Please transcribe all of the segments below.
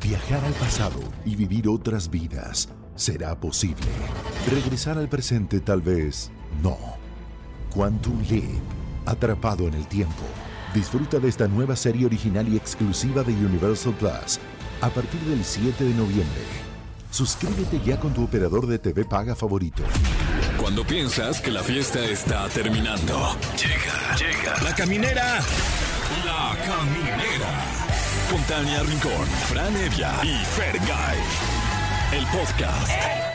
Viajar al pasado y vivir otras vidas será posible. Regresar al presente tal vez no. Quantum Leap, atrapado en el tiempo. Disfruta de esta nueva serie original y exclusiva de Universal Plus a partir del 7 de noviembre. Suscríbete ya con tu operador de TV paga favorito. Cuando piensas que la fiesta está terminando. Llega, llega. La caminera. La caminera. Con Tania Rincón, Fran Evia y Fer El podcast. Eh,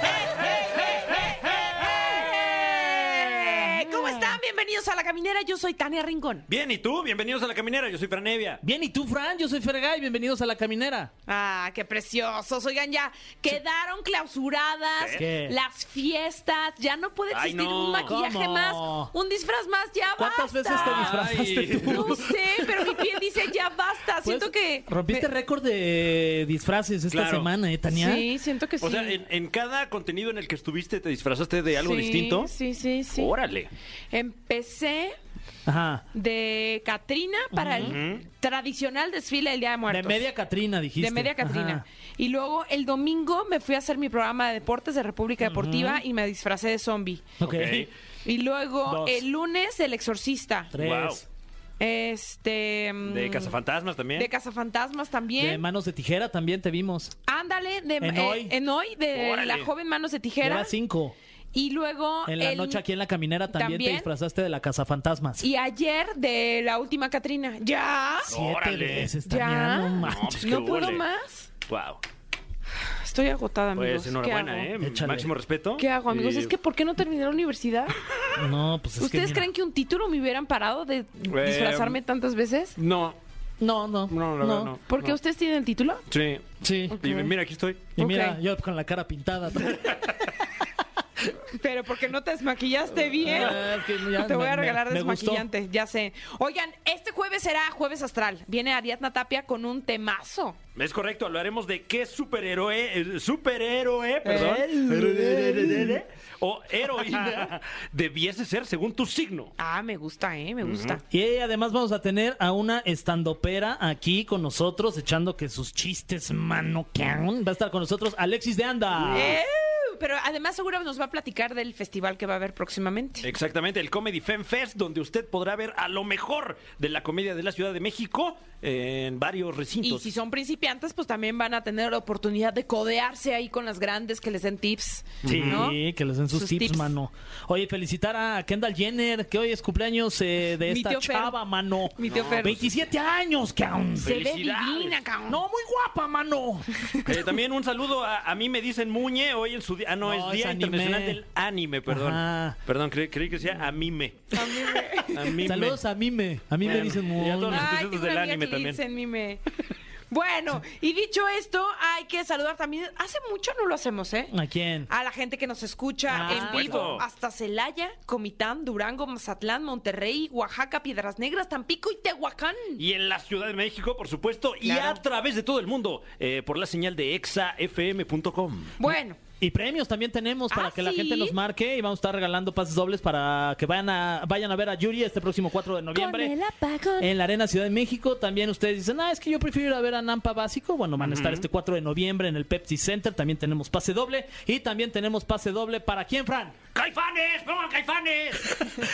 ¿Cómo están? Bienvenidos a La Caminera, yo soy Tania Rincón. Bien, ¿y tú? Bienvenidos a La Caminera, yo soy Franevia. Bien, ¿y tú, Fran? Yo soy Fergay, bienvenidos a La Caminera. Ah, qué preciosos. Oigan, ya quedaron clausuradas ¿Qué? las fiestas. Ya no puede Ay, existir no. un maquillaje ¿Cómo? más, un disfraz más, ya ¿Cuántas basta. veces te disfrazaste Ay. tú? No sé, pero mi piel dice ya basta. Pues, Siento que. Rompiste récord de disfraces esta Claro. semana, ¿eh, Tania? Sí, siento que Pues sí. O sea, en, en cada contenido en el que estuviste, ¿te disfrazaste de algo Sí, distinto? Sí, sí, sí. Órale. Empecé Ajá. de Catrina para el tradicional desfile del Día de Muertos. De media Catrina, dijiste. De media Catrina. Ajá. Y luego el domingo me fui a hacer mi programa de deportes de República Deportiva y me disfracé de zombie. Ok. Ok. Y luego Dos. el lunes el exorcista. Tres. Este Pues, mm, De cazafantasmas también. de cazafantasmas De también. manos de tijera también te vimos. Ándale, de En eh, Hoy. en hoy, de Órale. la joven manos de tijera. Era cinco. Y luego En la Ah, el- noche aquí en la caminera también, te También. disfrazaste de la cazafantasmas. y ayer de la última Catrina. Ya. Siete Órale. veces, Ya. Tania, no No, manches. pues, qué No puedo huele. más. Wow. Estoy agotada, amigos. Pues enhorabuena, ¿Qué hago? ¿eh? Échale. Máximo respeto. ¿Qué hago, amigos? Y- Es que ¿por qué no terminé la universidad? No, pues es que ¿Ustedes mira. creen que un título me hubieran parado de disfrazarme tantas veces? No, No, no. no, la verdad no. Porque ustedes tienen el título. Sí. Sí. Y mira, aquí estoy. Y mira, Ok. yo con la cara pintada. Pero porque no te desmaquillaste bien. Ah, es que ya te voy me- a me- regalar me gustó. desmaquillante, ya sé. Oigan, este jueves será Jueves Astral. Viene Ariadna Tapia con un temazo. Es correcto, hablaremos de qué superhéroe, eh, superhéroe, perdón, Eh. o heroína debiese ser según tu signo. Ah, me gusta, ¿eh? Me gusta. Y además vamos a tener a una estandopera aquí con nosotros, echando que sus chistes, mano, que aún. Va a estar con nosotros Alexis de Anda. Eh, Pero además seguro nos va a platicar del festival que va a haber próximamente. Exactamente, el Comedy Fem Fest, donde usted podrá ver a lo mejor de la comedia de la Ciudad de México eh, en varios Y recintos. si son principiantes, pues también van a tener la oportunidad de codearse ahí con las grandes que les den tips. Sí, ¿no? que les den sus, Sus tips, tips. mano. Oye, felicitar a Kendall Jenner, que hoy es cumpleaños eh, de Mi esta tío Fer. chava, mano. Mi tío Fer. 27 años, que aún. Se ve Felicidades. divina, cabrón. No, muy guapa, mano. Eh, también un saludo a, a mí me dicen Muñe, hoy en su día, ah, no, No, es es Día anime. Internacional del Anime, perdón. Ajá. Perdón, cre- creí que decía a mime. A mí me- A mime. Saludos a Mime. A mí me Bueno, dicen ya todos muy. los- Ay, especialistas tengo del una amiga anime que también. dice mime. Bueno, y dicho esto, hay que saludar también. Hace mucho no lo hacemos, ¿eh? ¿A quién? A la gente que nos escucha Ah, en por supuesto. vivo hasta Celaya, Comitán, Durango, Mazatlán, Monterrey, Oaxaca, Piedras Negras, Tampico y Tehuacán. Y en la Ciudad de México, por supuesto, y Claro. a través de todo el mundo, eh, por la señal de exafm.com. Bueno, Y premios también tenemos para Ah, que la ¿sí? gente nos marque y vamos a estar regalando pases dobles para que vayan a vayan a ver a Yuri este próximo 4 de noviembre Con el apagón. en la Arena Ciudad de México. También ustedes dicen, "Ah, es que yo prefiero ir a ver a Nampa Básico." Bueno, van a estar este 4 de noviembre en el Pepsi Center. También tenemos pase doble y también tenemos pase doble para quién, Fran? ¡Caifanes! ¡Pongan caifanes!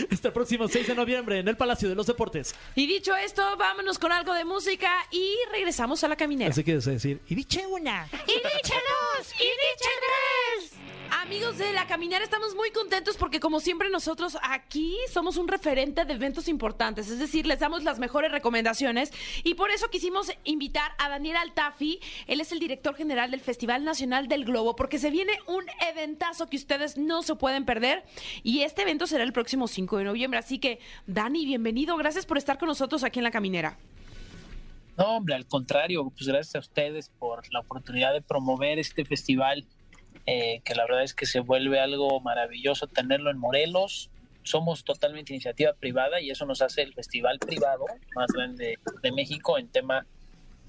Este próximo 6 de noviembre en el Palacio de los Deportes. y dicho esto, vámonos con algo de música y regresamos a la caminera. Así que es decir, y diche una. ¡Y díchenos! ¡Y díchenos! Amigos de La Caminera, estamos muy contentos porque como siempre nosotros aquí somos un referente de eventos importantes, es decir, les damos las mejores recomendaciones y por eso quisimos invitar a Daniel Altafi, él es el director general del Festival Nacional del Globo, porque se viene un eventazo que ustedes no se pueden perder y este evento será el próximo 5 de noviembre, así que Dani, bienvenido, gracias por estar con nosotros aquí en La Caminera. No, hombre, al contrario, pues gracias a ustedes por la oportunidad de promover este festival, eh, que la verdad es que se vuelve algo maravilloso tenerlo en Morelos. Somos totalmente iniciativa privada y eso nos hace el festival privado más grande de México en tema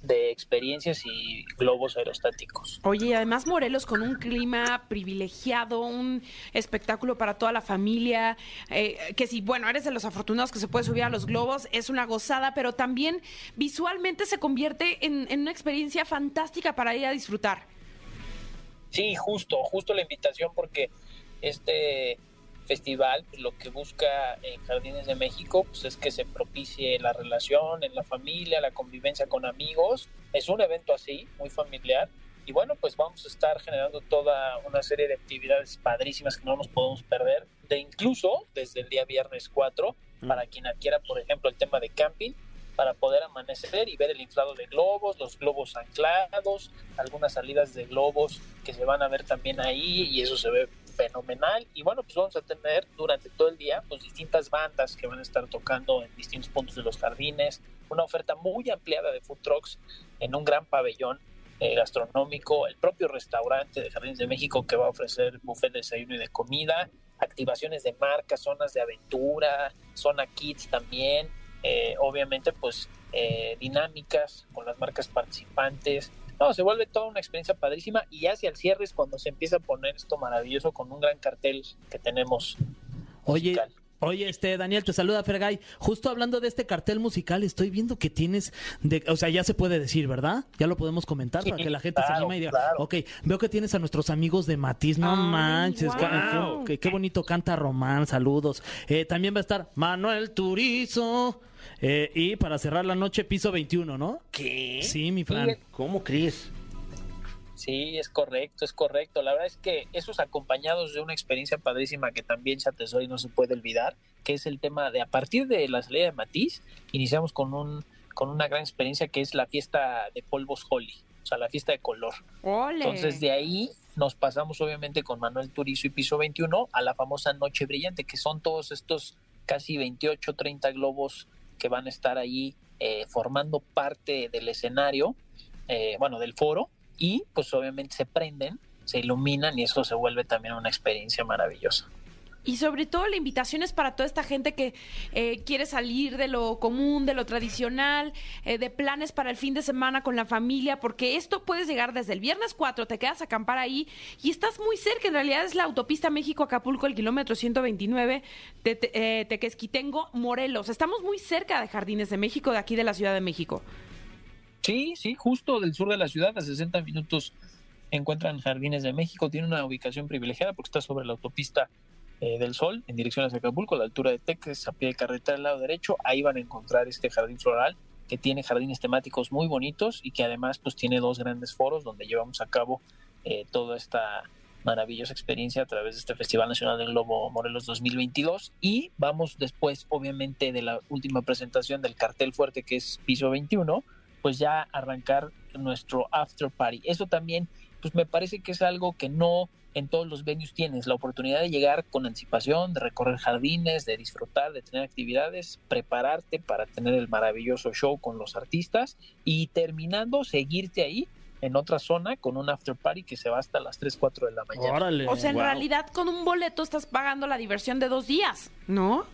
de experiencias y globos aerostáticos. Oye, y además Morelos con un clima privilegiado, un espectáculo para toda la familia, eh, que si, bueno, eres de los afortunados que se puede subir a los globos, es una gozada, pero también visualmente se convierte en, en una experiencia fantástica para ir a disfrutar. Sí, justo, justo la invitación porque este festival pues, lo que busca en Jardines de México pues, es que se propicie la relación en la familia, la convivencia con amigos. Es un evento así, muy familiar. Y bueno, pues vamos a estar generando toda una serie de actividades padrísimas que no nos podemos perder, de incluso desde el día viernes 4, para quien adquiera, por ejemplo, el tema de camping, para poder amanecer y ver el inflado de globos, los globos anclados, algunas salidas de globos que se van a ver también ahí y eso se ve fenomenal. Y bueno, pues vamos a tener durante todo el día pues distintas bandas que van a estar tocando en distintos puntos de los jardines, una oferta muy ampliada de food trucks en un gran pabellón eh, gastronómico, el propio restaurante de Jardines de México que va a ofrecer buffet de desayuno y de comida, activaciones de marcas, zonas de aventura, zona kids también, eh, obviamente pues eh, dinámicas con las marcas participantes. No, se vuelve toda una experiencia padrísima y hacia el cierre es cuando se empieza a poner esto maravilloso con un gran cartel que tenemos. Oye, musical. oye, este Daniel, te saluda Fergay. Justo hablando de este cartel musical, estoy viendo que tienes, de, o sea, ya se puede decir, ¿verdad? Ya lo podemos comentar Sí, para que la gente se claro, anime y diga, claro. ok, veo que tienes a nuestros amigos de Matiz, no Ay, manches, guau. ca- qué, qué bonito canta Román, saludos. Eh, también va a estar Manuel Turizo. eh, y para cerrar la noche, piso 21, ¿no? ¿Qué? Sí, mi Fran. ¿Cómo crees? Sí, es correcto, es correcto. La verdad es que esos acompañados de una experiencia padrísima que también se atesora y no se puede olvidar, que es el tema de a partir de la salida de Matiz, iniciamos con un con una gran experiencia que es la fiesta de polvos Holly, o sea, la fiesta de color. ¡Ole! Entonces de ahí nos pasamos obviamente con Manuel Turizo y Piso 21 a la famosa Noche Brillante, que son todos estos casi 28, 30 globos que van a estar ahí eh, formando parte del escenario, eh, bueno, del foro, y pues obviamente se prenden, se iluminan y eso se vuelve también una experiencia maravillosa. Y sobre todo la invitación es para toda esta gente que eh, quiere salir de lo común, de lo tradicional, eh, de planes para el fin de semana con la familia, porque esto puedes llegar desde el viernes 4, te quedas a acampar ahí y estás muy cerca, en realidad es la autopista México-Acapulco, el kilómetro 129, de Te- eh, Tequesquitengo, Morelos. Estamos muy cerca de Jardines de México, de aquí de la Ciudad de México. Sí, sí, justo del sur de la ciudad, a 60 minutos encuentran Jardines de México. Tiene una ubicación privilegiada porque está sobre la autopista eh, del Sol, en dirección hacia Acapulco, a la altura de Texas, a pie de carretera al lado derecho. Ahí van a encontrar este jardín floral que tiene jardines temáticos muy bonitos y que además pues tiene dos grandes foros donde llevamos a cabo eh, toda esta maravillosa experiencia a través de este Festival Nacional del Globo Morelos 2022 y vamos después obviamente de la última presentación del cartel fuerte que es piso 21 pues ya arrancar nuestro after party. Eso también, pues me parece que es algo que no en todos los venues tienes, la oportunidad de llegar con anticipación, de recorrer jardines, de disfrutar, de tener actividades, prepararte para tener el maravilloso show con los artistas y terminando seguirte ahí en otra zona con un after party que se va hasta las 3, 4 de la mañana. Órale. O sea, en Wow. realidad con un boleto estás pagando la diversión de dos días, ¿no?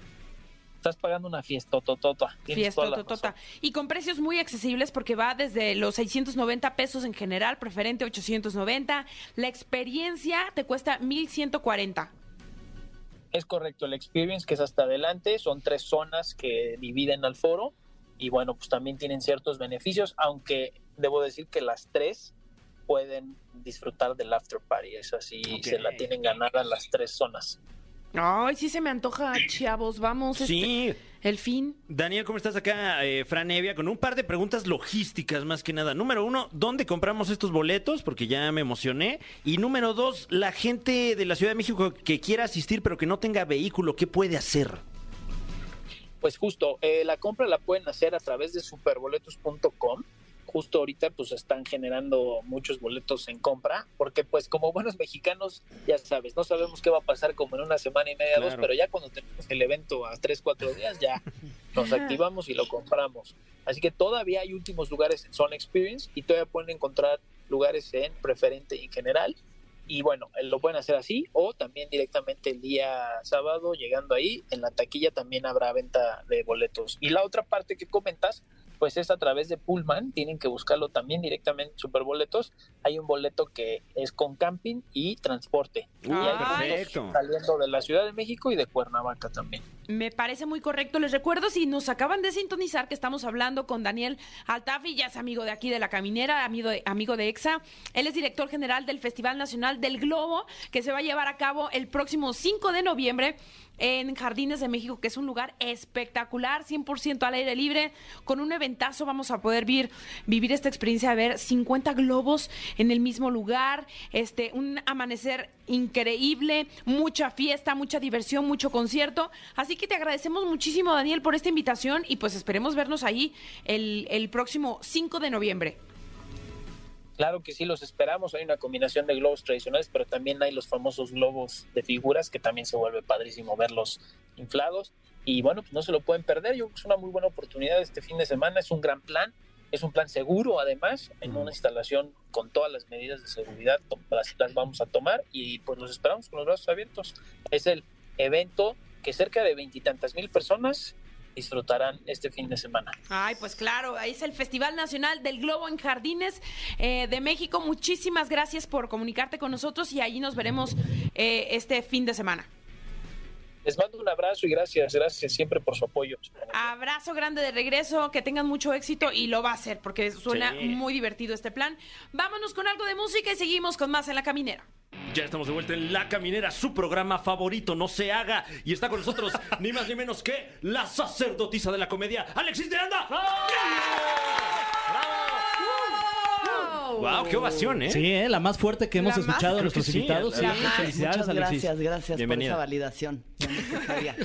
Estás pagando una fiesta, totota. Fiesta totota. Y con precios muy accesibles porque va desde los 690 pesos en general, preferente 890. La experiencia te cuesta 1140. Es correcto, el experience que es hasta adelante, son tres zonas que dividen al foro y bueno, pues también tienen ciertos beneficios, aunque debo decir que las tres pueden disfrutar del after party, es así, Ok. se la tienen ganada las tres zonas. Ay, sí se me antoja, chavos. Vamos, este, Sí. el fin. Daniel, ¿cómo estás acá, eh, Fran Evia? Con un par de preguntas logísticas más que nada. Número uno, ¿dónde compramos estos boletos? Porque ya me emocioné. Y número dos, la gente de la Ciudad de México que quiera asistir pero que no tenga vehículo, ¿qué puede hacer? Pues justo, eh, la compra la pueden hacer a través de superboletos.com. Justo ahorita pues están generando muchos boletos en compra, porque pues como buenos mexicanos, ya sabes, no sabemos qué va a pasar como en una semana y media, dos, Claro. pero ya cuando tenemos el evento a tres, cuatro días, ya nos activamos y lo compramos. Así que todavía hay últimos lugares en Zone Experience y todavía pueden encontrar lugares en preferente y en general. Y bueno, eh, lo pueden hacer así o también directamente el día sábado, llegando ahí, en la taquilla también habrá venta de boletos. Y la otra parte que comentas, pues es a través de Pullman, tienen que buscarlo también directamente en Superboletos. Hay un boleto que es con camping y transporte. y hay Ah, boletos perfecto. saliendo de la Ciudad de México y de Cuernavaca también. Me parece muy correcto. Les recuerdo, si nos acaban de sintonizar, que estamos hablando con Daniel Altafi, ya es amigo de aquí de La Caminera, amigo de, amigo de EXA. Él es director general del Festival Nacional del Globo, que se va a llevar a cabo el próximo 5 de noviembre en Jardines de México, que es un lugar espectacular, 100% al aire libre. Con un eventazo vamos a poder vir- vivir esta experiencia de ver 50 globos en el mismo lugar, este, un amanecer increíble, mucha fiesta, mucha diversión, mucho concierto. Así que te agradecemos muchísimo, Daniel, por esta invitación y pues esperemos vernos ahí el, el próximo 5 de noviembre. Claro que sí, los esperamos. Hay una combinación de globos tradicionales, pero también hay los famosos globos de figuras que también se vuelve padrísimo verlos inflados. Y bueno, pues no se lo pueden perder. Yo creo que es una muy buena oportunidad este fin de semana. Es un gran plan. Es un plan seguro, además, en una instalación con todas las medidas de seguridad, to- las, las vamos a tomar y pues los esperamos con los brazos abiertos. Es el evento que cerca de veintitantas mil personas disfrutarán este fin de semana. Ay, pues claro, ahí es el Festival Nacional del Globo en Jardines eh, de México. Muchísimas gracias por comunicarte con nosotros y allí nos veremos eh, este fin de semana. Les mando un abrazo y gracias, gracias siempre por su apoyo. Abrazo grande de regreso, que tengan mucho éxito y lo va a hacer porque suena Sí. muy divertido este plan. Vámonos con algo de música y seguimos con más en la caminera. Ya estamos de vuelta en La Caminera, su programa favorito, no se haga. Y está con nosotros ni más ni menos que la sacerdotisa de la comedia, Alexis de Anda. ¡Wow! ¡Qué ovación, eh! Sí, ¿eh? la más fuerte que hemos La más- escuchado de Creo que nuestros sí, invitados. la Sí, más. Felicidades, Muchas Alexis. gracias, gracias Bienvenida. por esa validación. Ya me gustaría.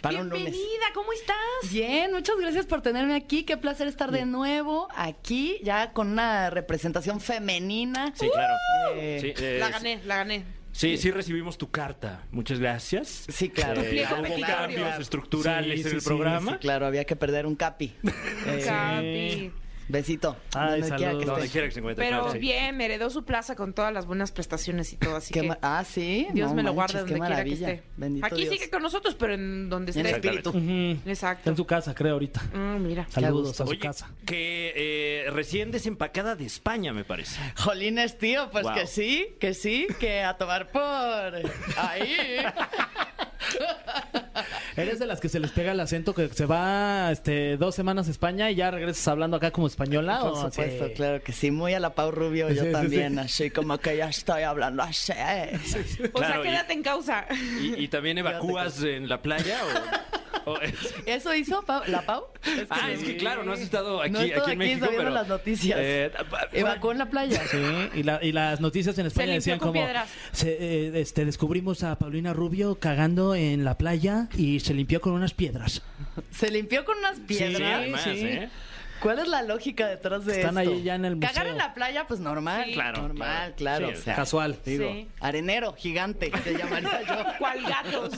Para un lunes. Bienvenida, ¿cómo estás? Bien, muchas gracias por tenerme aquí. Qué placer estar de nuevo aquí, ya con una representación femenina. Sí, claro. Eh, Sí, eh, La gané, la gané. Sí, sí recibimos tu carta. Muchas gracias. Sí, claro. Eh, Pliego hubo petitorio. cambios estructurales Sí, sí, en el sí, programa. Sí, claro, había que perder un capi. Eh, Capi. Besito. Ay, Donde quiera saludos. que estés. Donde quiera que se encuentre. Pero claro, sí. bien, me heredó su plaza con todas las buenas prestaciones y todo, así Qué que ma- ah, sí. Dios no me lo guarde manches, qué donde quiera que maravilla. esté. Bendito Aquí Dios. sigue con nosotros, pero en donde En esté. espíritu. Ujú. Está Exacto. en su casa, creo, ahorita. Ah, mira. Saludos gusto. a su Oye, casa. que eh, recién desempacada de España, me parece. Jolines, tío, pues Wow. que sí, que sí, que a tomar por ahí. Eres de las que se les pega el acento que se va este, dos semanas a España y ya regresas hablando acá como española. Por ¿o? eh, supuesto, Sí. claro que sí, muy a la Pau Rubio yo Sí, sí, también, sí. así como que ya estoy hablando así. O Claro, y- sea, quédate en causa. ¿Y, y también evacúas en la playa? o- o- ¿Eso hizo Pau- la Pau? Es ah, es que claro, no has estado aquí, No he estado aquí en aquí, México, estoy viendo pero las noticias. eh, pa- Evacuó en la playa. Sí, y, la- y las noticias en España limpió decían con como piedras. se, eh, este, descubrimos a Paulina Rubio cagando en la playa y se limpió con unas piedras. Se limpió con unas Sí, piedras. además, sí. ¿eh? ¿Cuál es la lógica detrás de Están esto? ahí ya en el Cagar museo. en la playa, pues normal. Sí. Claro, Normal, claro. claro. Sí, o sea, Casual. digo, Sí. arenero gigante, te llamaría yo. ¿Cuál gatos?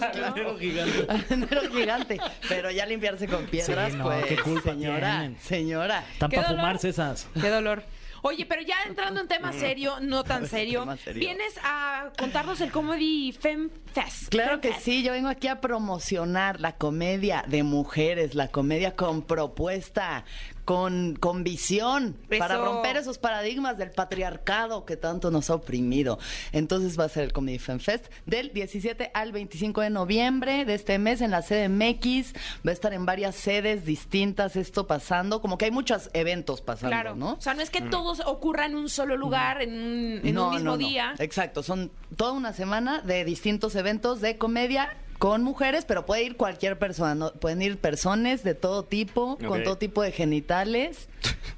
¿no? gigante. Arenero gigante. Pero ya limpiarse con piedras, Sí, no, pues. qué culpa señora, tienen. señora. Están Qué para dolor. fumarse esas. Qué dolor. Oye, pero ya entrando en tema serio, no tan serio, tema serio. vienes a contarnos el Comedy Fem Fest. Claro que Fest. sí, yo vengo aquí a promocionar la comedia de mujeres, la comedia con propuesta, con, con visión, Eso. para romper esos paradigmas del patriarcado que tanto nos ha oprimido. Entonces va a ser el Comedy Fan Fest del 17 al 25 de noviembre de este mes en la sede MX. Va a estar en varias sedes distintas esto pasando, como que hay muchos eventos pasando, Claro, ¿no? O sea, no es que todos ocurra en un solo lugar, en un, en un mismo día. Exacto, son toda una semana de distintos eventos de comedia con mujeres, pero puede ir cualquier persona, ¿no? pueden ir personas de todo tipo, Ok. con todo tipo de genitales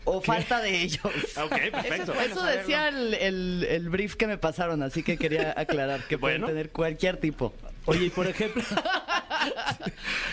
o falta de ellos. Ah, Ok, perfecto. bueno Eso saberlo. decía el, el- el brief que me pasaron, así que quería aclarar que Bueno. pueden tener cualquier tipo. Oye, y por ejemplo.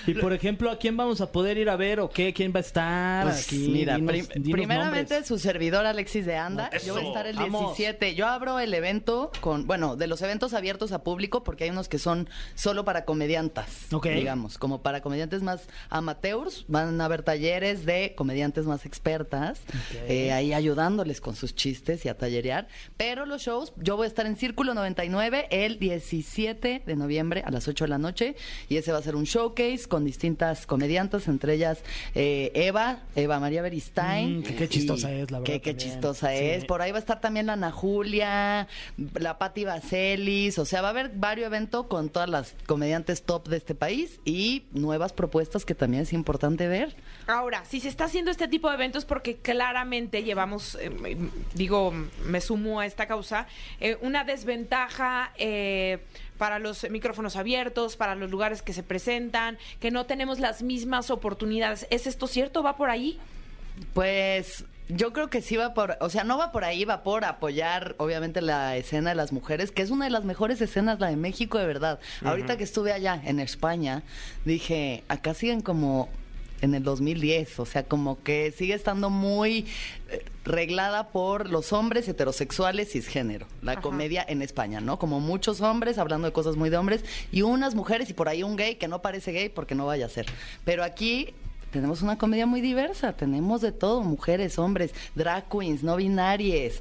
y por ejemplo, ¿a quién vamos a poder ir a ver o qué? ¿Quién va a estar? Pues, aquí? mira, Dinos- prim- dinos primeramente nombres. su servidor Alexis de Anda. Eso. Yo voy a estar el Vamos. 17. Yo abro el evento con, bueno, de los eventos abiertos a público, porque hay unos que son solo para comediantes, Ok. digamos, como para comediantes más amateurs. Van a haber talleres de comediantes más expertas, eh, ahí ayudándoles con sus chistes y a tallerear. Pero los shows, yo voy a estar en Círculo 99 el 17 de noviembre a las 8 de la noche, y ese va a ser un showcase con distintas comediantes, entre ellas eh, Eva, Eva María Beristain. Mm, que qué chistosa es, la verdad, Que qué también. chistosa Sí. es. Por ahí va a estar también la Ana Julia, la Patti Vaselis. O sea, va a haber varios eventos con todas las comediantes top de este país y nuevas propuestas que también es importante ver. Ahora, si se está haciendo este tipo de eventos, porque claramente llevamos, eh, m- digo, me sumo a esta causa, eh, una desventaja eh, para los micrófonos abiertos, para los lugares que se presentan, que no tenemos las mismas oportunidades. ¿Es esto cierto? ¿Va por ahí? Pues yo creo que sí va por, o sea, no va por ahí, va por apoyar obviamente la escena de las mujeres, que es una de las mejores escenas, la de México de verdad. Ahorita que estuve allá en España, dije, acá siguen como en el 2010, o sea, como que sigue estando muy eh, reglada por los hombres heterosexuales cisgénero, la Ajá. comedia en España, ¿no? Como muchos hombres hablando de cosas muy de hombres y unas mujeres y por ahí un gay que no parece gay porque no vaya a ser. Pero aquí tenemos una comedia muy diversa, tenemos de todo, mujeres, hombres, drag queens, no binarias.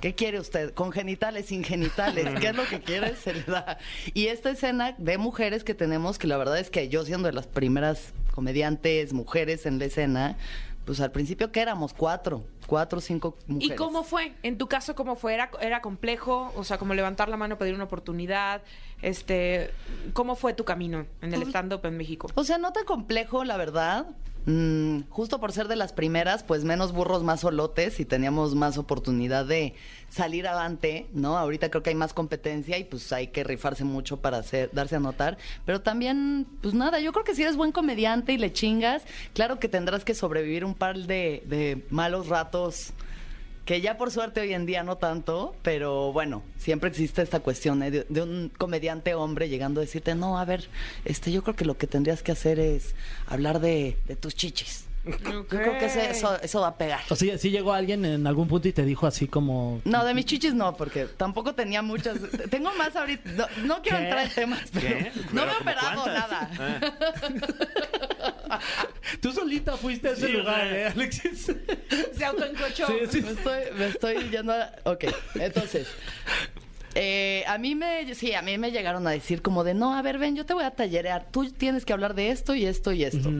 ¿Qué quiere usted? ¿Con genitales, sin genitales? ¿Qué es lo que quiere? Se le da. Y esta escena de mujeres que tenemos, que la verdad es que yo siendo de las primeras comediantes, mujeres en la escena, pues al principio que éramos cuatro, cuatro, cinco mujeres. ¿Y cómo fue? En tu caso, ¿cómo fue? ¿Era, era complejo? O sea, como levantar la mano, pedir una oportunidad. Este, ¿Cómo fue tu camino en Pues el stand-up en México? O sea, no tan complejo, la verdad. Mm, justo por ser de las primeras, pues menos burros, más solotes y teníamos más oportunidad de salir adelante, ¿no? Ahorita creo que hay más competencia y pues hay que rifarse mucho para hacer, darse a notar. Pero también, pues nada, yo creo que si eres buen comediante y le chingas, claro que tendrás que sobrevivir un par de, de malos ratos. Que ya por suerte hoy en día no tanto, pero bueno, siempre existe esta cuestión ¿eh? de, de un comediante hombre llegando a decirte, no, a ver, este, yo creo que lo que tendrías que hacer es hablar de, de tus chichis. Yo creo que ese- eso, eso va a pegar. O sea, sí llegó alguien en algún punto y te dijo así como... No, de mis chichis no, porque tampoco tenía muchas. Tengo más ahorita. No, no quiero ¿Qué? entrar en temas, pero ¿Qué? no me he ¿Pero como operado cuántas? Ah, nada. Tú solita fuiste a ese Sí, o lugar, sea. ¿eh, Alexis? Se autoencochó. Sí, sí. Me estoy, me estoy yendo a... Ok, entonces... eh, a mí me... Sí, a mí me llegaron a decir como de... No, a ver, ven, yo te voy a tallerear. Tú tienes que hablar de esto y esto y esto.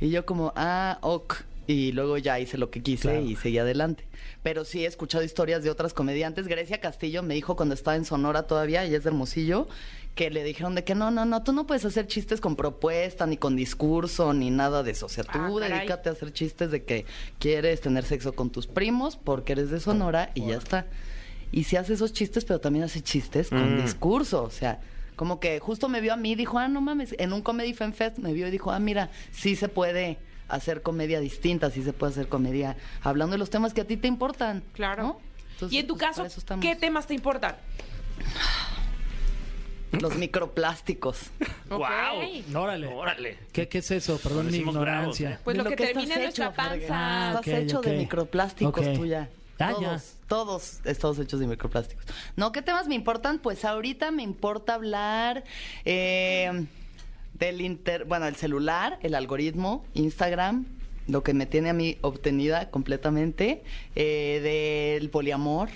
Y yo como... Ah, ok. Y luego ya hice lo que quise Claro. y seguí adelante. Pero sí he escuchado historias de otras comediantes. Grecia Castillo me dijo cuando estaba en Sonora todavía, y es de Hermosillo, que le dijeron de que no, no, no, tú no puedes hacer chistes con propuesta, ni con discurso, ni nada de eso. O sea, tú Ah, caray. dedícate a hacer chistes de que quieres tener sexo con tus primos porque eres de Sonora y ya está. Y si hace esos chistes, pero también hace chistes con discurso, o sea, como que justo me vio a mí y dijo, ah, no mames, en un Comedy Fan Fest me vio y dijo, ah, mira, sí se puede hacer comedia distinta, sí se puede hacer comedia hablando de los temas que a ti te importan. Claro. ¿no? Entonces, y en tu pues, caso, para eso estamos. ¿qué temas te importan? Los microplásticos. ¡Guau! Ok. Órale. Órale. ¿Qué, ¿Qué es eso? Perdón mi Parecimos bravos, ignorancia. Pues De lo que estás termina en nuestra Jorge. panza. Ah, estás ok, hecho ok. de microplásticos Ok. tú ya. Ah, todos, ya. todos estamos hechos de microplásticos. No, ¿qué temas me importan? Pues ahorita me importa hablar eh, del inter, bueno, el celular, el algoritmo, Instagram, lo que me tiene a mí obtenida completamente, eh, del poliamor.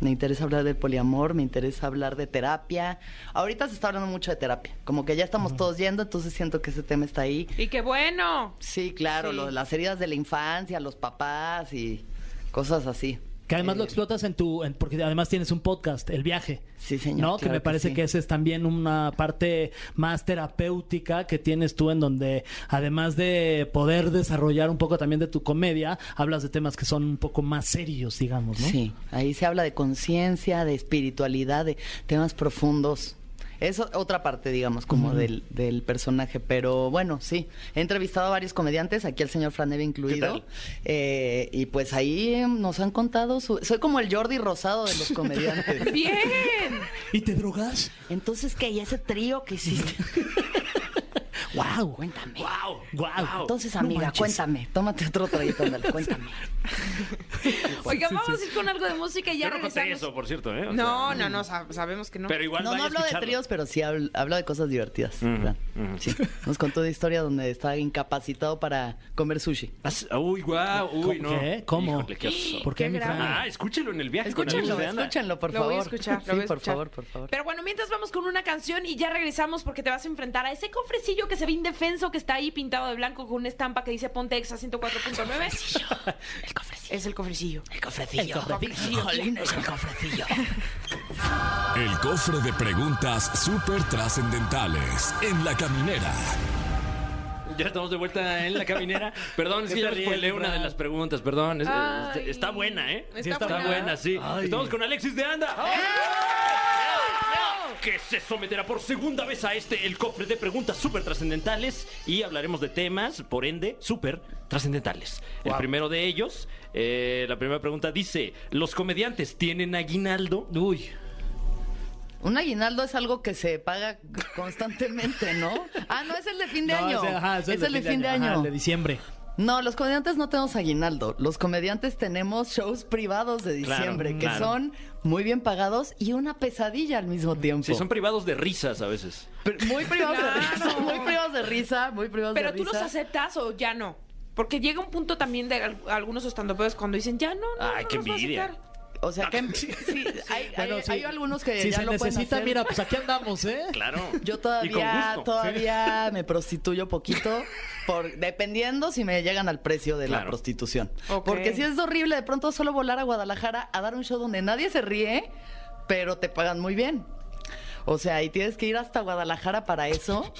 Me interesa hablar del poliamor, me interesa hablar de terapia. Ahorita se está hablando mucho de terapia, como que ya estamos todos yendo, entonces siento que ese tema está ahí. Y qué bueno. Sí, claro, Sí. lo- las heridas de la infancia, los papás y cosas así. Que además lo Eh, explotas en tu... en- porque además tienes un podcast, El Viaje. Sí, señor, ¿No? que claro me que parece que, sí. esa es también una parte más terapéutica que tienes tú en donde, además de poder desarrollar un poco también de tu comedia, hablas de temas que son un poco más serios, digamos, ¿no? Sí, ahí se habla de conciencia, de espiritualidad, de temas profundos. Es o- otra parte, digamos, como del, del personaje, pero bueno, sí. He entrevistado a varios comediantes, aquí el señor Franeve incluido. tal? eh, y pues ahí eh, nos han contado su- Soy como el Jordi Rosado de los comediantes. Bien. ¿Y te drogas? Entonces, ¿qué? ¿Y ese trío que hiciste? Wow. Cuéntame. ¡Wow! Wow. Entonces, amiga, cuéntame. Tómate otro traguito, ándale, cuéntame. Oiga, vamos a ir con algo de música y ya Yo no conté regresamos. eso, por cierto, ¿eh? O No, sea, no, no, sab- sabemos que no. Pero igual No, vaya no a hablo de escucharlo. tríos, pero sí hablo, hablo de cosas divertidas. Ujú, ¿verdad? ujú. Sí. Nos contó una historia donde estaba incapacitado para comer sushi. As- Uy, guau, uy, no. ¿Qué? ¿Cómo? Híjole, qué oso. ¿Por qué, Qué mi grave. Fran? Ah, escúchelo en el viaje. con Escúchenlo, amigos de Ana. escúchenlo, por Lo favor. voy a escuchar, lo sí, voy a por escuchar. favor, por favor. Pero bueno, mientras vamos con una canción y ya regresamos porque te vas a enfrentar a ese cofrecillo que se ve indefenso, que está ahí pintado de blanco con una estampa que dice Ponte Exa 104.9. el cofrecillo. Es el cofrecillo. El cofrecillo. El cofrecillo. Jolín, es el cofrecillo. El cofre de preguntas súper trascendentales en la caminera. Ya estamos de vuelta en la caminera. Perdón, es Te que ya estás spoileé riendo, una de Fran. las preguntas, perdón. Es- es- Ay. está buena, ¿eh? Está buena. sí. Ay. Estamos con Alexis de Anda. ¡Ah! Que se someterá por segunda vez a este el cofre de preguntas súper trascendentales y hablaremos de temas, por ende, súper trascendentales. El primero de ellos, eh, la primera pregunta dice: ¿Los comediantes tienen aguinaldo? Uy. Un aguinaldo es algo que se paga constantemente, ¿no? Ah, no, es el de fin de No, año. ese- ajá, ese es el de fin de Ajá, año. el de diciembre. No, los comediantes no tenemos aguinaldo. Los comediantes tenemos shows privados de Claro, diciembre que claro. son muy bien pagados y una pesadilla al mismo tiempo. Sí, son privados de risas a veces. Pero muy privados de risa, Claro. muy privados de risa, muy privados de Pero tú risa. los aceptas o ya no. Porque llega un punto también de al- algunos estandopeos cuando dicen ya no, no, Ay, no qué los voy a envidia. aceptar". O sea que sí, hay, hay- Bueno, sí. hay algunos que Si ya se lo pueden necesita, hacer. mira, pues aquí andamos, ¿eh? Claro. Yo Y con todavía, gusto. todavía me prostituyo poquito, por, dependiendo si me llegan al precio de la Claro. prostitución. Ok. Porque si es horrible de pronto solo volar a Guadalajara a dar un show donde nadie se ríe, pero te pagan muy bien. O sea, y tienes que ir hasta Guadalajara para eso,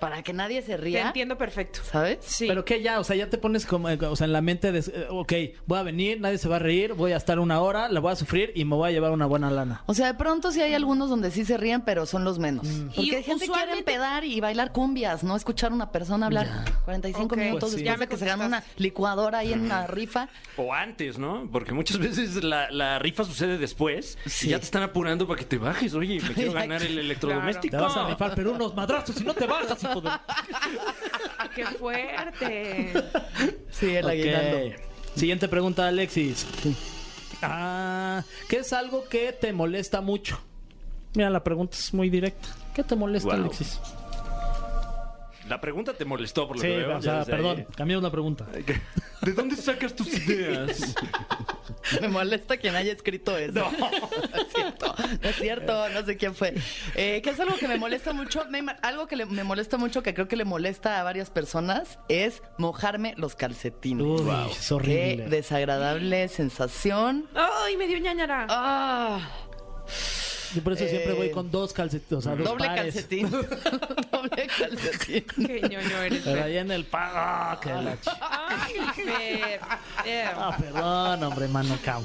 para que nadie se Te ría. entiendo perfecto. ¿Sabes? Sí. Pero que ya, o sea, ya te pones como, eh, o sea, en la mente de, eh, ok, voy a venir, nadie se va a reír, voy a estar una hora, la voy a sufrir y me voy a llevar una buena lana. O sea, de pronto sí hay algunos donde sí se ríen, pero son los menos. Mm. Y Porque hay gente que quiere usualmente- empedar y bailar cumbias, no escuchar a una persona hablar 45 Ok. minutos Pues sí. Mm. después Ya me de que se gana una contestaste. licuadora ahí en una rifa. O antes, ¿no? Porque muchas veces la, la rifa sucede después Sí. y ya te están apurando para que te bajes. Oye, me quiero ganar el electrodoméstico. Te vas a rifar, pero unos madrazos, si no te bajas, hijo de... Ah, ¡Qué fuerte! Sí, el Ok. aguinaldo. Siguiente pregunta, Alexis. Ah, ¿qué es algo que te molesta mucho? Mira, la pregunta es muy directa. ¿Qué te molesta, Guau. Alexis? La pregunta te molestó por lo Sí, que veo. o ya sea, desde perdón, cambiamos la pregunta. ahí. ¿De dónde sacas tus ideas? Me molesta quien haya escrito eso. No, es cierto. No es cierto, no sé quién fue. Eh, que es algo que me molesta mucho. me ima- algo que le- me molesta mucho, que creo que le molesta a varias personas, es mojarme los calcetines. Uy, es Qué horrible. desagradable sensación. ¡Ay, me dio ñañara! Ah, Yo por eso siempre Eh, voy con dos calcetines, o sea, dos doble pares. calcetín. doble calcetín. ¡Qué ñoño eres! Pero Fer. ahí en el pa... Ah, qué la ch- ¡Ay, Fer! Eh, Ah, perdón, hombre, mano, cabo.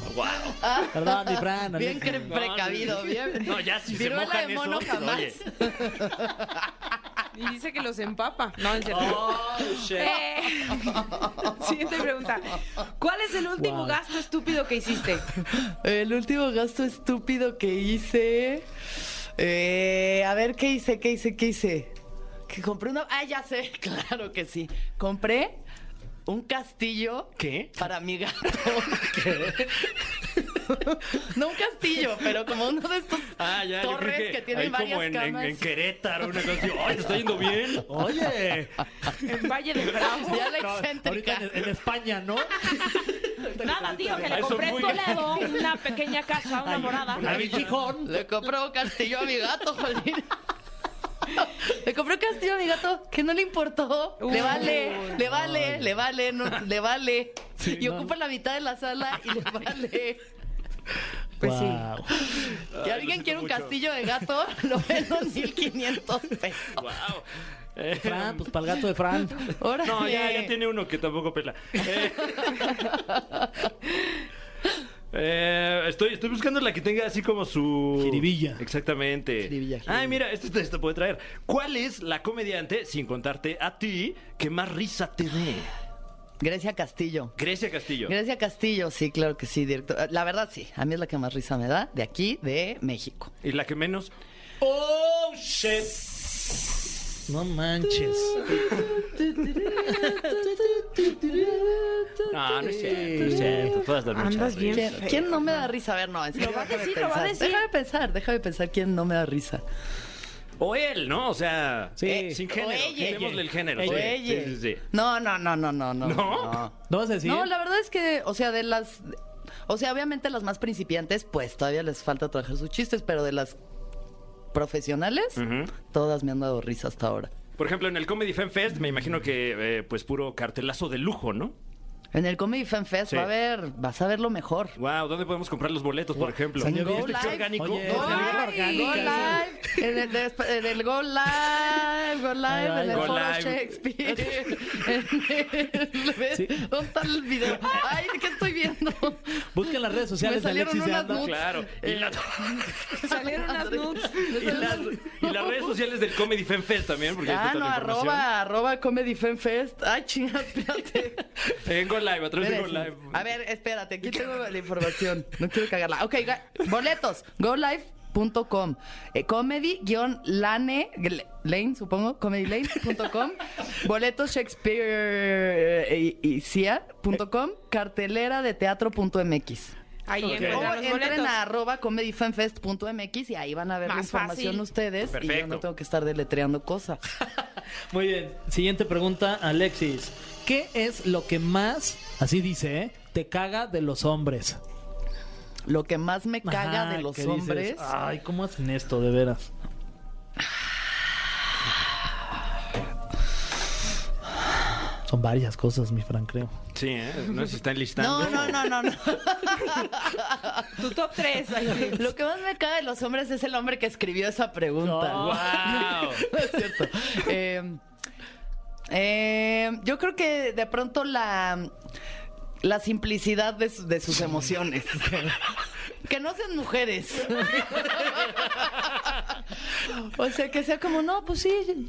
Perdón, mi Fran. Bien Alexis. cre- precavido, bien. No, ya si se Viruela mojan de mono eso, jamás. oye. Y dice que los empapa. No, en serio. Oh, shit. Eh, Siguiente pregunta. ¿Cuál es el último Wow. gasto estúpido que hiciste? El último gasto estúpido que hice. eh, a ver, ¿qué hice? ¿Qué hice? ¿Qué hice? Que compré una. Ah, ya sé, claro que sí. Compré un castillo. ¿Qué? Para mi gato. no un castillo, pero como uno de estos Ah, ya, yo torres creo que, que, ahí tienen varias como en, en- camas. en Querétaro, una cosa así. Ay, te está yendo bien. Oye, En Valle de Bravo. Ya la ahorita excéntrica. en, en España, ¿no? Nada, tío, que le Eso compré en muy- Toledo una pequeña casa, una morada. A mi Gijón. Le compré un castillo a mi gato, jolín. Le compré un castillo a mi gato que no le importó. Uy. le vale, le vale, le vale, no- le vale. Sí, y no, ocupa la mitad de la sala y le vale. Pues sí. Guau. Que alguien quiere un castillo de gato, lo vendo en 1500 pesos. Wow. Eh, Fran, pues para el gato de Fran. Órale. no, ya, ya tiene uno que tampoco pela. Eh, eh, estoy, estoy buscando la que tenga así como su. Jiribilla. Exactamente. Jiribilla, jiribilla. Ay, mira, esto te esto puede traer. ¿Cuál es la comediante, sin contarte a ti, que más risa te dé? Grecia Castillo. Grecia Castillo. Grecia Castillo, sí, claro que sí, director. La verdad sí, a mí es la que más risa me da de aquí, de México. ¿Y la que menos? No manches. Ah, No, no es cierto, no es cierto. Todas las Andas muchas bien risas. ¿Quién, quién no me da risa? A ver, no, en serio, Lo va a déjame decir, lo va a pensar. decir. Déjame pensar, déjame pensar quién no me da risa. O él, ¿no? O sea, Sí. eh, sin género. O ella. Quitémosle el género. sí. Oye. Sí, sí, sí. No, no, no, no, no, no. ¿No? ¿No vas a decir? No, la verdad es que, o sea, de las. O sea, obviamente las más principiantes, pues todavía les falta trabajar sus chistes, pero de las profesionales, todas me han dado risa hasta ahora. Por ejemplo, en el Comedy Fan Fest me imagino que eh, pues puro cartelazo de lujo, ¿no? En el Comedy Fan Fest Sí. va a ver, vas a ver lo mejor. Wow, ¿dónde podemos comprar los boletos, por ejemplo? Señor, ¿Viste Go que es Live. orgánico? Oye, Go Go Live. Live. Go Live, en el, desp- en el Go Live, Go Live, en el Go Foro Live. Shakespeare. En el- Sí. ¿Dónde está el video? Ay, ¿de qué estoy viendo? Busquen las redes sociales Me de salieron Alexis de unas Anda. nudes. Claro. Y, la- Salieron unas nudes. y las, y las redes sociales del Comedy Fan Fest también, porque ahí Ah, está no, toda la información. arroba, arroba Comedy Fan Fest. Ay, chingada, espérate. En Go Live, a través de Go Espérate. Live. A ver, espérate, aquí tengo la información. No quiero cagarla. Ok, ga- boletos, golive.com, eh, comedy-lane, gl- lane, supongo, comedylane.com, boletos Shakespeare eh, y- y cia.com, cartelera de teatro.mx. Ahí Ok. O encuentran los Oh, entren boletos. a arroba comedyfanfest.mx y ahí van a ver la Más información fácil. ustedes y yo Perfecto. no tengo que estar deletreando cosas. Muy bien. Siguiente pregunta, Alexis. ¿Qué es lo que más, así dice, ¿eh? te caga de los hombres? Lo que más me caga Ajá, de los que dices, Ah, hombres. Ay, ¿cómo hacen esto, de veras? Son varias cosas, mi Fran, creo. Sí, ¿eh? No sé si están listando. No, no, no, no, no. Tu top 3. Lo que más me cae de los hombres es el hombre que escribió esa pregunta. No. ¡Wow! No es cierto. Eh, eh, yo creo que de pronto la, la simplicidad de, su- de sus emociones. que no sean mujeres. o sea, que sea como, no, pues sí.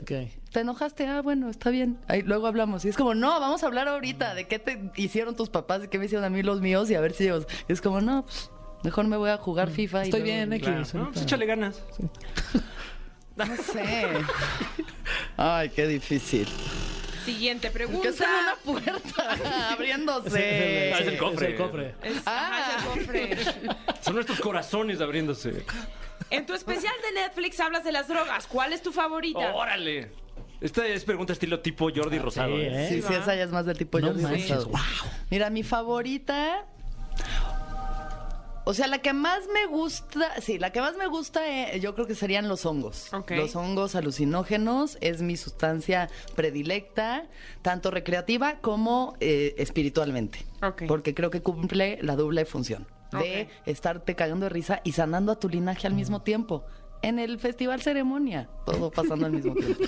Ok. Te enojaste, ah, bueno, está bien. Ahí, luego hablamos. Y es como, no, vamos a hablar ahorita de qué te hicieron tus papás, de qué me hicieron a mí los míos y a ver si ellos. Y es como, no, pues, mejor me voy a jugar FIFA. y Mm, Estoy luego- bien, X. Claro. No, pues échale ganas. No sé. Ay, qué difícil. Siguiente Que es como una pregunta. puerta Es Es abriéndose. el cofre. el cofre. Es- Ah. Ajá, ya compré. Son nuestros corazones abriéndose. En tu especial de Netflix hablas de las drogas. ¿Cuál es tu favorita? ¡Órale! Esta es pregunta estilo tipo Jordi Rosado. sí, ¿eh? ¿eh? Ah, Sí, sí, esa ya es más del tipo No Jordi manches, Rosado. Mira, mi favorita. O sea, la que más me gusta, sí, la que más me gusta eh, yo creo que serían los hongos. Ok. Los hongos alucinógenos es mi sustancia predilecta, tanto recreativa como eh, espiritualmente. Ok. Porque creo que cumple la doble función de estarte cagando de risa y sanando a tu linaje al mismo tiempo. En el festival ceremonia, todo pasando al mismo tiempo.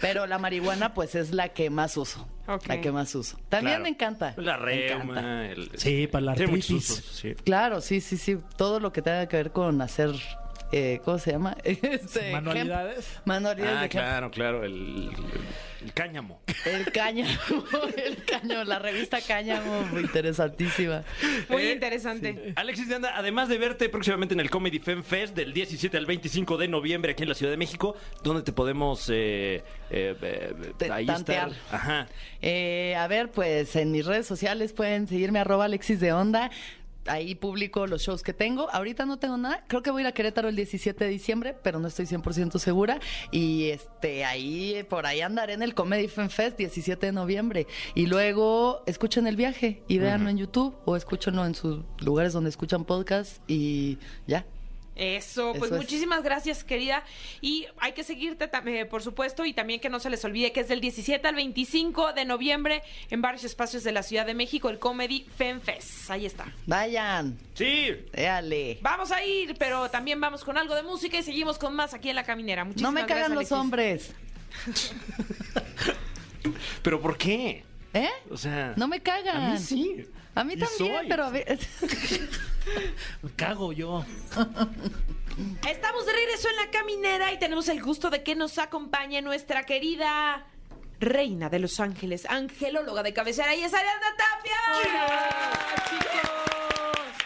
Pero la marihuana, pues es la que más uso. Ok. La que más uso. También Claro. me encanta. La Me encanta. reuma. El... Sí, para la Tiene muchos artritis. usos, sí. Claro, sí, sí, sí. Todo lo que tenga que ver con hacer. eh, ¿Cómo se llama? Este, Manualidades. hemp. Manualidades. de Ah, hemp. claro, claro. El, el cáñamo. El cáñamo, el cáñamo, la revista Cáñamo, muy interesantísima. Muy Eh, interesante. Alexis de Anda, además de verte próximamente en el Comedy Fan Fest del 17 al 25 de noviembre aquí en la Ciudad de México, ¿dónde te podemos eh, eh, eh, Te- ahí tantear. estar? Ajá. Eh, a ver, pues en mis redes sociales pueden seguirme arroba Alexis de Onda. Ahí publico los shows que tengo. Ahorita no tengo nada. Creo que voy a ir a Querétaro el 17 de diciembre, pero no estoy 100% segura. Y este ahí, por ahí andaré en el Comedy Fan Fest 17 de noviembre. Y luego escuchen el viaje y véanlo en YouTube o escúchenlo en sus lugares donde escuchan podcast y ya. Eso, pues Eso es. muchísimas gracias, querida. Y hay que seguirte, tam- eh, por supuesto, y también que no se les olvide que es del 17 al 25 de noviembre en varios espacios de la Ciudad de México, el Comedy Fan Fest. Ahí está. Vayan, Sí. déale. Vamos a ir, pero también vamos con algo de música y seguimos con más aquí en La Caminera. No Muchísimas me gracias, cagan los Alexis. hombres. ¿Pero por qué? ¿Eh? O sea. No me cagan. A mí sí. A mí Y también, soy. pero a ver. Me cago yo. Estamos de regreso en La Caminera y tenemos el gusto de que nos acompañe nuestra querida reina de Los Ángeles, angelóloga de cabecera y es Ariadna Tapia. Hola, chicos.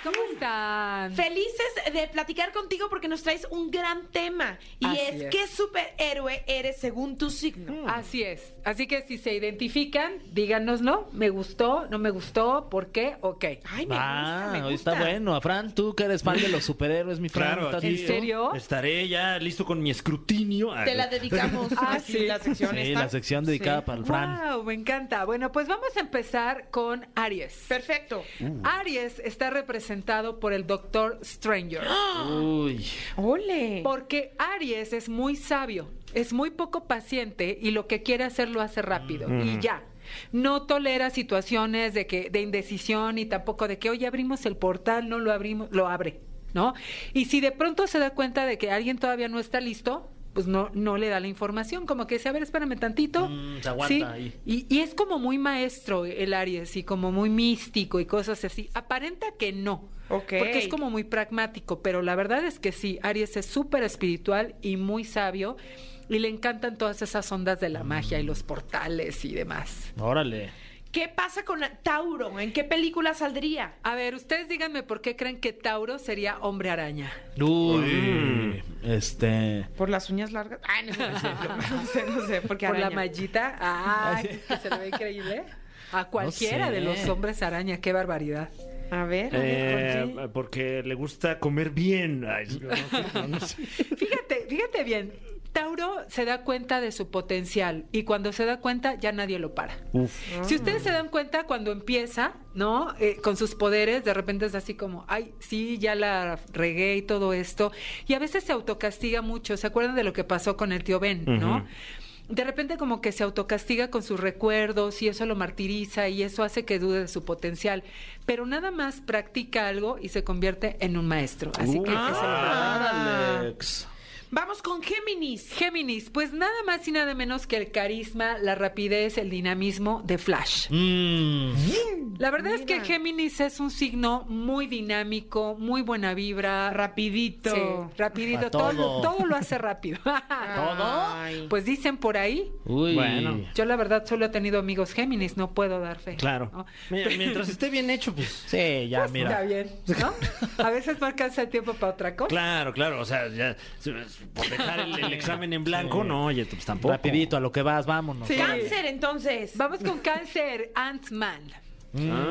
¿Cómo están? Felices de platicar contigo porque nos traes un gran tema. Y Así es, es. Mm. ¿qué superhéroe eres según tu signo? Así es. Así que si se identifican, díganoslo. ¿Me gustó? ¿No me gustó? ¿Por qué? Ok. Ay, me gusta, Ah, me hoy está gusta. bueno. A Fran, tú que eres fan de los superhéroes, mi Fran. Claro, ¿estás aquí- listo? ¿En serio? Estaré ya listo con mi escrutinio. eh, Te la dedicamos Ah, así, sí. la sección Sí, esta. la sección dedicada para el Fran. Wow, me encanta. Bueno, pues vamos a empezar con Aries. Perfecto. Aries está representado por el Doctor Stranger. Uy. Ole. Porque Aries es muy sabio, es muy poco paciente y lo que quiere hacer lo hace rápido y ya. No tolera situaciones de que de indecisión y tampoco de que hoy abrimos el portal, no lo abrimos, lo abre, ¿no? Y si de pronto se da cuenta de que alguien todavía no está listo, pues no, no le da la información, como que dice, a ver, espérame tantito. Mm, se aguanta ahí. Y, y es como muy maestro el Aries y como muy místico y cosas así. Aparenta que no. Ok. Porque es como muy pragmático, pero la verdad es que sí, Aries es súper espiritual y muy sabio y le encantan todas esas ondas de la magia y los portales y demás. Órale. ¿Qué pasa con la- Tauro? ¿En qué película saldría? A ver, ustedes díganme por qué creen que Tauro sería hombre araña. Uy. Este. ¿Por las uñas largas? Ay, no, no sé, no sé, no sé, porque por la araña. mallita. Ay, que se le ve increíble. A cualquiera sé. de los hombres araña, qué barbaridad. A ver, a ver, Eh, ¿con qué? porque le gusta comer bien. Ay, no, no sé. Fíjate, fíjate bien. Tauro se da cuenta de su potencial y cuando se da cuenta ya nadie lo para. Uf. Mm. Si Ah. ustedes se dan cuenta, cuando empieza, ¿no? Eh, con sus poderes, de repente es así como, ay, sí, ya la regué y todo esto. Y a veces se autocastiga mucho. ¿Se acuerdan de lo que pasó con el tío Ben, no? Ujú. De repente como que se autocastiga con sus recuerdos y eso lo martiriza y eso hace que dude de su potencial. Pero nada más practica algo y se convierte en un maestro. Así que Ah. ese es el problema. Alex. Vamos con Géminis. Géminis, pues nada más y nada menos que el carisma, la rapidez, el dinamismo de Flash. Mm. La verdad es que Mira. Géminis es un signo muy dinámico, muy buena vibra. Rapidito. Sí, rapidito, Pa' todo. todo. todo lo hace rápido. Ay. Pues dicen por ahí. Uy. Bueno. Yo la verdad solo he tenido amigos Géminis, no puedo dar fe. Claro. ¿no? Mi- Mientras esté bien hecho, pues. Sí, ya, Está mira. bien, ¿no? A veces no alcanza el tiempo para otra cosa. Claro, claro. O sea, ya, por dejar el, el examen en blanco, Sí. no, oye, pues tampoco. Rapidito, a lo que vas, vámonos. Sí. Cáncer, entonces. Vamos con cáncer, Ant-Man.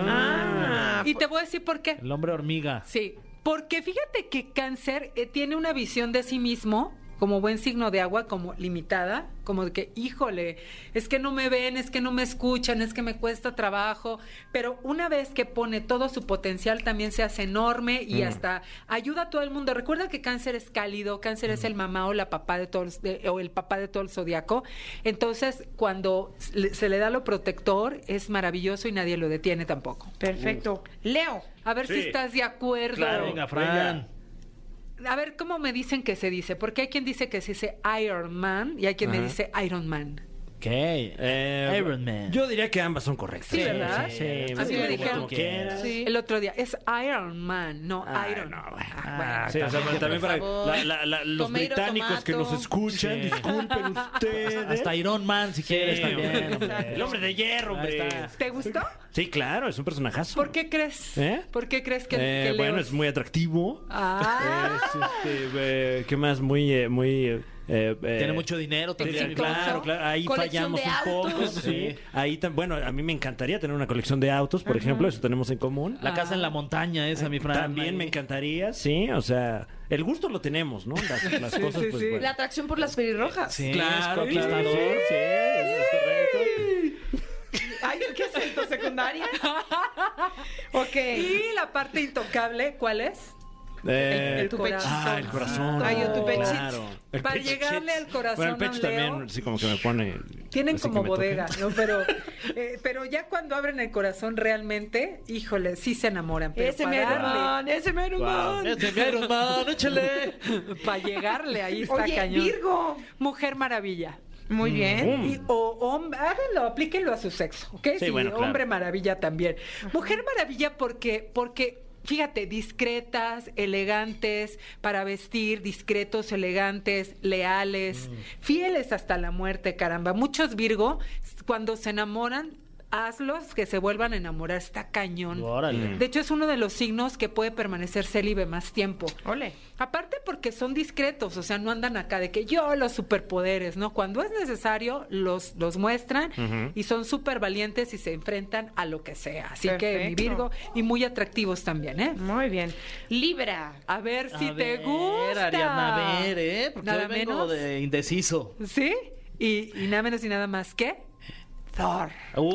Ah, Y te voy a decir por qué. El hombre hormiga. Sí, porque fíjate que cáncer eh, tiene una visión de sí mismo como buen signo de agua, como limitada, como de que, híjole, es que no me ven, es que no me escuchan, es que me cuesta trabajo, pero una vez que pone todo su potencial también se hace enorme y hasta ayuda a todo el mundo. Recuerda que cáncer es cálido, cáncer es el mamá o la papá de todo el, de- o el papá de todo el zodiaco, entonces cuando se le- se le da lo protector es maravilloso y nadie lo detiene tampoco. perfecto. Leo. A ver si Sí. estás de acuerdo. Claro. Venga, Fran. A ver, ¿cómo me dicen que se dice? Porque hay quien dice que se dice Iron Man y hay quien me Ajá. dice Iron Man. Ok. Eh, Iron Man. Yo diría que ambas son correctas. Sí, ¿verdad? sí, sí. Así me como dijeron. tú quieras. Sí. El otro día, es Iron Man, no Ah, Iron. no, bueno. Ah, Sí, o sea, También, también por para favor. la- la- la- los Tomato, británicos que nos tomato. escuchan, Sí. disculpen ustedes. Hasta Iron Man, si quieres, Sí, también. hombre. hombre. El hombre de hierro, Ahí hombre. está. bueno. ¿Te gustó? Sí, claro, es un personajazo. ¿Por qué crees? ¿Eh? ¿Por qué crees que, Eh, que Leo- bueno, es muy atractivo. Ah, Es, este, eh, ¿Qué más? Muy, eh, muy. eh, eh, Tiene eh, mucho dinero, tiene- tiene Claro, claro, ahí Colección fallamos de un poco. autos. Sí. Sí. Ahí tam- bueno, a mí me encantaría tener una colección de autos, por ejemplo, eso tenemos en común. Ah. La casa en la montaña esa, mi Fran. Ah. También me encantaría, sí, o sea, el gusto lo tenemos, ¿no? Las, las Sí, cosas, sí, pues, sí. bueno. La atracción por las pelirrojas. Sí, Claro, es conquistador. sí, sí, eso es correcto. Ay, ¿qué es esto? ¿Secundaria? ok. y la parte intocable, ¿cuál es? Eh, El- el corazón. Ah, el corazón. Ay, yo tu pechito. Claro. El Para pechito. llegarle al corazón Bueno, el a pecho un Leo. también, sí, como que me pone. Tienen así que como me toca. bodega, ¿no? Pero, eh, pero ya cuando abren el corazón realmente, híjole, sí se enamoran. Pero Ese para mero darle- man, ese mero Ah, man. Este Iron Man, échale. Para llegarle, ahí está Oye, cañón. Virgo. Mujer maravilla. Muy bien. Y- o hom- háganlo, aplíquenlo a su sexo, ¿ok? Sí, Sí, bueno, claro. hombre maravilla también. Mujer maravilla porque, porque, fíjate, discretas, elegantes, para vestir, discretos, elegantes, Mm. leales, fieles hasta la muerte, caramba. Muchos Virgo, cuando se enamoran, hazlos que se vuelvan a enamorar. Está cañón. Mm. Órale. De hecho, es uno de los signos que puede permanecer célibe más tiempo. Ole. Aparte porque son discretos, o sea, no andan acá de que yo los superpoderes, ¿no? Cuando es necesario, los, los muestran y son súper valientes y se enfrentan a lo que sea. Así que mi Perfecto. Virgo, y muy atractivos también, ¿eh? Muy bien. Libra. A ver si A te ver, gusta. Ariadna, a ver, ¿eh? Porque Nada hoy vengo menos. de indeciso. ¿Sí? Y, y nada menos y nada más que Thor. Uy,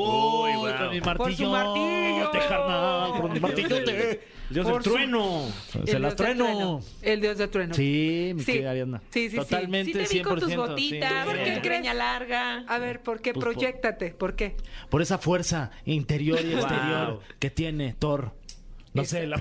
wow. con mi Por martillo. su martillo. Te carnal, con mi martillo te. Dios Por del su- trueno. Se El las dios del trueno. El dios de trueno. Sí, mi querida Ariadna. Sí, sí, sí. Totalmente, Sí te vi con tus 100%, botitas, sí. con ¿Por tu qué crees? greña larga. A ver, ¿por qué? Pues, por- Proyéctate, ¿por qué? Por esa fuerza interior y exterior que tiene Thor. No sé, la...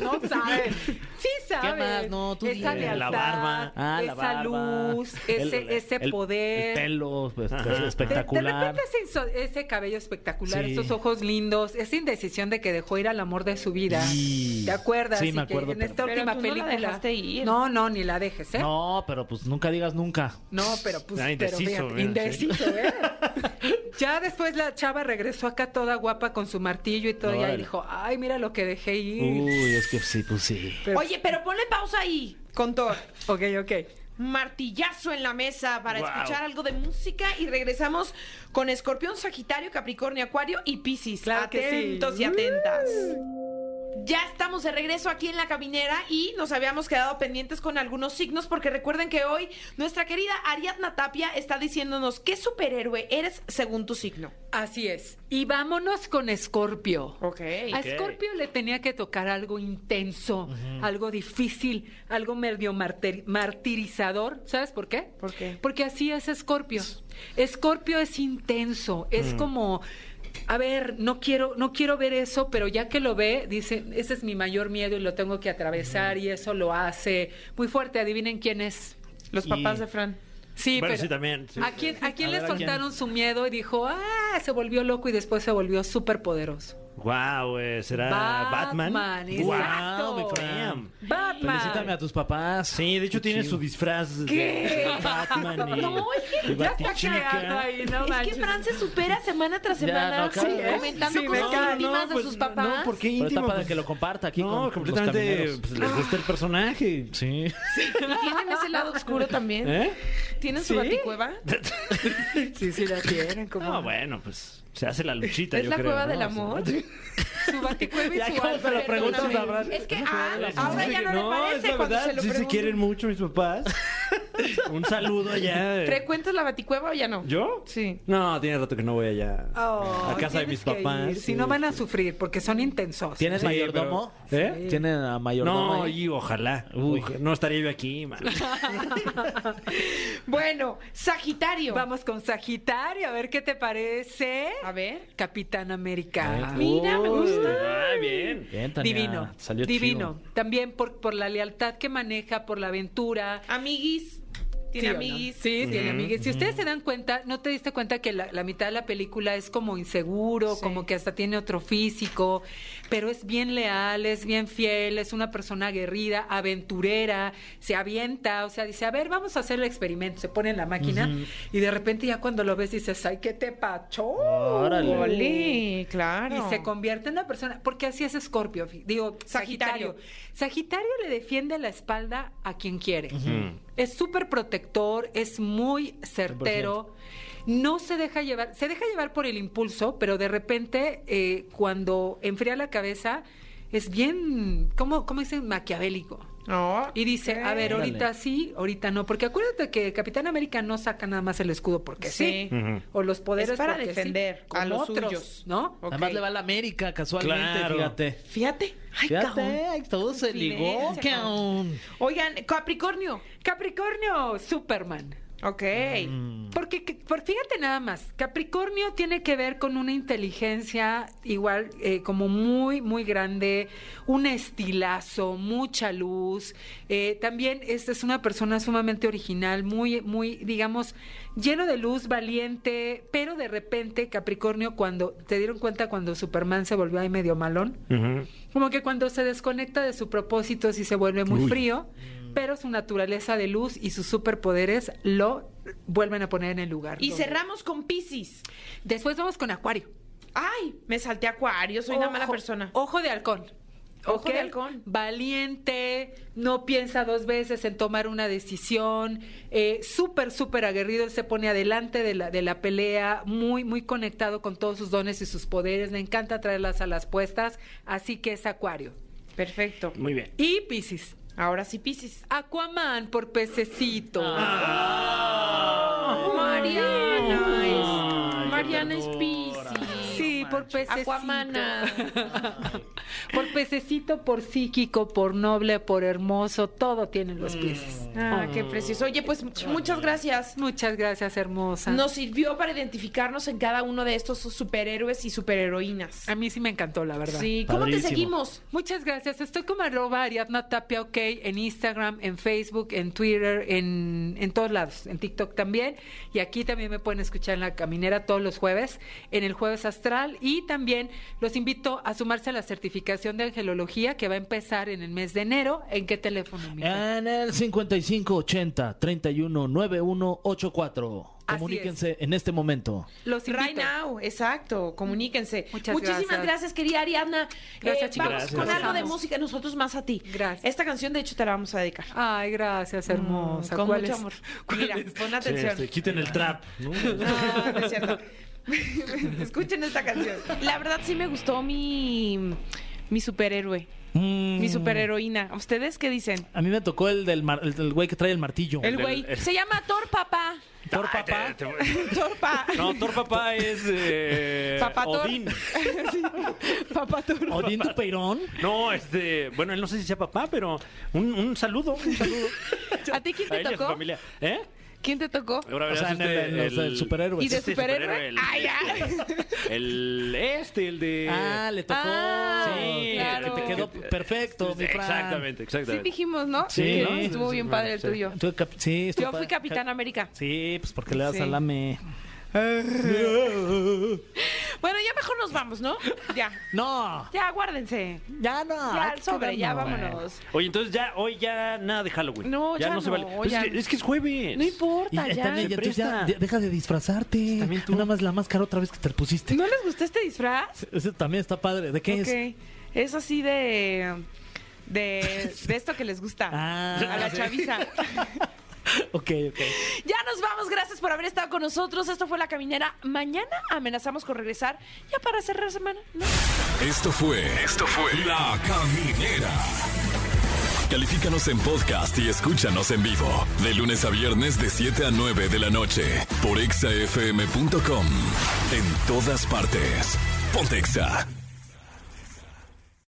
no saben. Sí saben. más? No, tú esa dime. lealtad, La barba. Ah, la esa barba. luz, ese, El- ese el- poder. El pelo pues, Ajá. De- De- De, espectacular. repente ese, inso- ese cabello espectacular, Sí. esos ojos lindos, esa indecisión de que dejó ir al amor de su vida. Y- ¿Te acuerdas? Sí, me Y que acuerdo, En esta pero- última Pero tú no la película. dejaste ir. No, no, ni la dejes, ¿eh? No, pero pues nunca digas nunca. No, pero pues, Ah, pero indeciso, fíjate, mira, indeciso, ¿eh? ya después la chava regresó acá toda guapa con su martillo y todo, y ahí Órale. dijo, ay, mira lo que dejé ir. Uy, es que sí, pues sí. Pero- Oye, pero ponle pausa ahí, con Thor. Ok, ok. Martillazo en la mesa para Wow. escuchar algo de música y regresamos con Escorpión, Sagitario, Capricornio, Acuario y Piscis. Claro que sí. Uh. Atentos y atentas. Ya estamos de regreso aquí en la caminera y nos habíamos quedado pendientes con algunos signos porque recuerden que hoy nuestra querida Ariadna Tapia está diciéndonos qué superhéroe eres según tu signo. Así es. Y vámonos con Escorpio. Ok. A Escorpio le tenía que tocar algo intenso, algo difícil, algo medio martir- martirizador. ¿Sabes por qué? ¿Por qué? Porque así es Escorpio. Escorpio es intenso, Mm. es como a ver, no quiero no quiero ver eso, pero ya que lo ve, dice, ese es mi mayor miedo y lo tengo que atravesar y eso lo hace muy fuerte. Adivinen quién es. Los Y- papás de Fran. Sí, Bueno, pero sí, también, sí. ¿A quién, a quién A le ver, ¿a quién? soltaron su miedo y dijo, ah, se volvió loco y después se volvió súper poderoso? Wow, eh, ¿será Batman? exacto. Ah, Guau, mi Fran. Batman. Felicítame a tus papás. Sí, de hecho Qué tiene chido. su disfraz ¿Qué? de Batman. Y, No, es que y ya está Batichica. creando ahí, no es que manches. Fran se supera semana tras Ya, semana no, cada vez. comentando Sí, me cosas cae, íntimas de pues, sus papás. No, porque Pero está íntimo. padre pues, que lo comparta aquí no, con- con los completamente camineros. Ah. pues, les Ah. gusta el personaje. Sí. Y tienen ese lado oscuro también. ¿Eh? ¿Tienen su ¿Sí? baticueva? Sí, sí la tienen. Como... No, bueno, pues se hace la luchita. ¿Es yo la creo, cueva ¿no? del O sea, amor? Su baticueva y Ya, su ¿cómo alfa. te lo preguntas, Perdóname. Abraham? Es que ah, ahora ya no, le es la parece cuando verdad, se lo sí se pregunto. quieren mucho mis papás. Un saludo allá. eh. ¿Frecuentas la baticueva o ya no? ¿Yo? Sí. No, tiene rato que no voy allá. Oh, a casa de tienes mis que papás. ir, Si no van a sufrir porque son intensos. ¿eh? ¿Tienes Sí, mayordomo? pero- ¿Eh? ¿Tienen a mayordomo? No, ahí? y ojalá. Oja- no estaría yo aquí, man. Bueno, Sagitario. Vamos con Sagitario, a ver qué te parece. A ver. Capitán América. Oh. Ah, Mira, me gusta. Ah, bien. Bien, Tania, Divino. Salió divino. chido. También por, por la lealtad que maneja, por la aventura. Amiguis. Tiene ¿Sí o no? amiguis. Sí, tiene amiguis. Si ustedes se dan cuenta, ¿no te diste cuenta que la, la mitad de la película es como inseguro, Sí. como que hasta tiene otro físico, pero es bien leal, es bien fiel, es una persona aguerrida, aventurera, se avienta, o sea, dice, a ver, vamos a hacer el experimento. Se pone en la máquina y de repente ya cuando lo ves dices, ay, ¿qué te pacho? Órale. Oli, claro. Y se convierte en una persona, porque así es Escorpio, fi- digo, Sagitario. Sagitario. Sagitario le defiende la espalda a quien quiere. Es súper protector, es muy certero, no se deja llevar, se deja llevar por el impulso, pero de repente eh, cuando enfría la cabeza es bien, ¿cómo, cómo dicen? Maquiavélico. No. Y dice, a ver, Órale. ahorita sí, ahorita no, porque acuérdate que Capitán América no saca nada más el escudo porque sí, Sí. Ujú. o los poderes Es para porque sí, defender como a los otros, suyos. ¿no? Ok. Además le va a la América casualmente, Claro. fíjate. Fíjate. Ay, cabrón. Fíjate, ahí todo se ligó, Confidencia, caón. Oigan, Capricornio. Capricornio, Superman. Ok. Mm. Porque, que- por, fíjate nada más, Capricornio tiene que ver con una inteligencia igual eh, como muy, muy grande, un estilazo, mucha luz. Eh, también esta es una persona sumamente original, muy, muy, digamos, lleno de luz, valiente, pero de repente Capricornio cuando, ¿te dieron cuenta cuando Superman se volvió ahí medio malón? Mm. Ujú. Como que cuando se desconecta de su propósito, sí se vuelve muy Uy. frío, Mm. pero su naturaleza de luz y sus superpoderes lo vuelven a poner en el lugar. Y donde- cerramos con Piscis. Después vamos con Acuario. Ay, me salté acuario, soy una mala Ojo- persona. Ojo de halcón. Ojo ¿ok? de halcón. Valiente, no piensa dos veces en tomar una decisión, eh, súper, súper aguerrido, él se pone adelante de la, de la pelea, muy, muy conectado con todos sus dones y sus poderes, le encanta traerlas a las puestas, así que es Acuario. Perfecto. Muy bien. Y Piscis, Ahora sí, Piscis. Aquaman por pececito. Ah. Mariana Ay, es. Mariana qué es ternura. Piscis. Sí, por pececito. Aquamana. por pececito, por psíquico, por noble, por hermoso, todo tienen los peces. Oh. Ah, qué precioso. Oye, pues much- muchas gracias. Muchas gracias, hermosa. Nos sirvió para identificarnos en cada uno de estos superhéroes y superheroínas. A mí sí me encantó, la verdad. Sí, ¿cómo te Padrísimo. seguimos? Muchas gracias. Estoy como arroba Ariadna Tapia OK en Instagram, en Facebook, en Twitter, en, en todos lados, en TikTok también. Y aquí también me pueden escuchar en La Caminera todos los jueves, en el Jueves Astral. Y también los invito a sumarse a la certificación de angelología que va a empezar en el mes de enero. ¿En qué teléfono, mi Fer? Ah, En el 5580 31 9184. Así Comuníquense en este momento. Los invito. Right now, exacto, comuníquense. Muchas Muchísimas gracias, gracias. querida Ariadna. Eh, Gracias, chicos. Vamos Gracias. con algo de Vamos. música, nosotros más a ti. Gracias. Esta canción, de hecho, te la vamos a dedicar. Ay, gracias, hermosa. Mm, Con ¿Cuál mucho es? amor. Mira, pon atención. este, quiten el trap. No, no es cierto. Escuchen esta canción. La verdad sí me gustó mi, mi superhéroe, mi superheroína. ¿A ¿Ustedes qué dicen? Mm, A mí me tocó el del mar- el del güey que trae el martillo. El güey se llama Thor Papá. Thor papá. Thor Pa. No, Thor Papá es eh, Papá Thor. Odín. Sí. Papá Thor. Odín tu peirón. No, este, bueno, él no sé si sea papá, pero un, un saludo, un saludo. ¿A ti quién A te él y a su tocó? familia. ¿Eh? ¿Quién te tocó? Ahora O verás sea, en el, usted en los- el superhéroe. ¿Y de Este superhéroe? Ah, el- Ay, ay. El este, el de. Ah, le tocó. Ah, sí, claro. que te quedó perfecto, mi Fran. Exactamente, Sí exactamente. dijimos, ¿no? Sí. Que Sí, Estuvo sí, bien sí, padre el sí. tuyo. Tú, cap- sí, estuvo Yo fui pa- Capitán cap- América. Sí, pues porque le das Sí. al AME. Bueno, ya mejor nos vamos, ¿no? Ya. No, Ya, guárdense. ya no. Ya, hay al que sobre, ya quedarnos. vámonos. Oye, entonces ya, hoy ya nada de Halloween. No, ya no, se no, vale. Pues ya Es, que, no. es que es jueves. No Y, importa, eh, ya. también, Se y entonces ya, presta. de- deja de disfrazarte. También tú. Nada más la máscara otra vez que te la pusiste. ¿No les gustó este disfraz? Ese también está padre. ¿De qué Ok. es? Es así de. De, de esto que les gusta Ah, a la sí. chaviza. Ok, ok. Ya nos vamos, gracias por haber estado con nosotros. Esto fue La Caminera. Mañana amenazamos con regresar ya para cerrar semana. ¿no? Esto fue. Esto fue. La Caminera. Califícanos en podcast y escúchanos en vivo. De lunes a viernes, de 7 a 9 de la noche. Por exafm.com. En todas partes. Pontexa.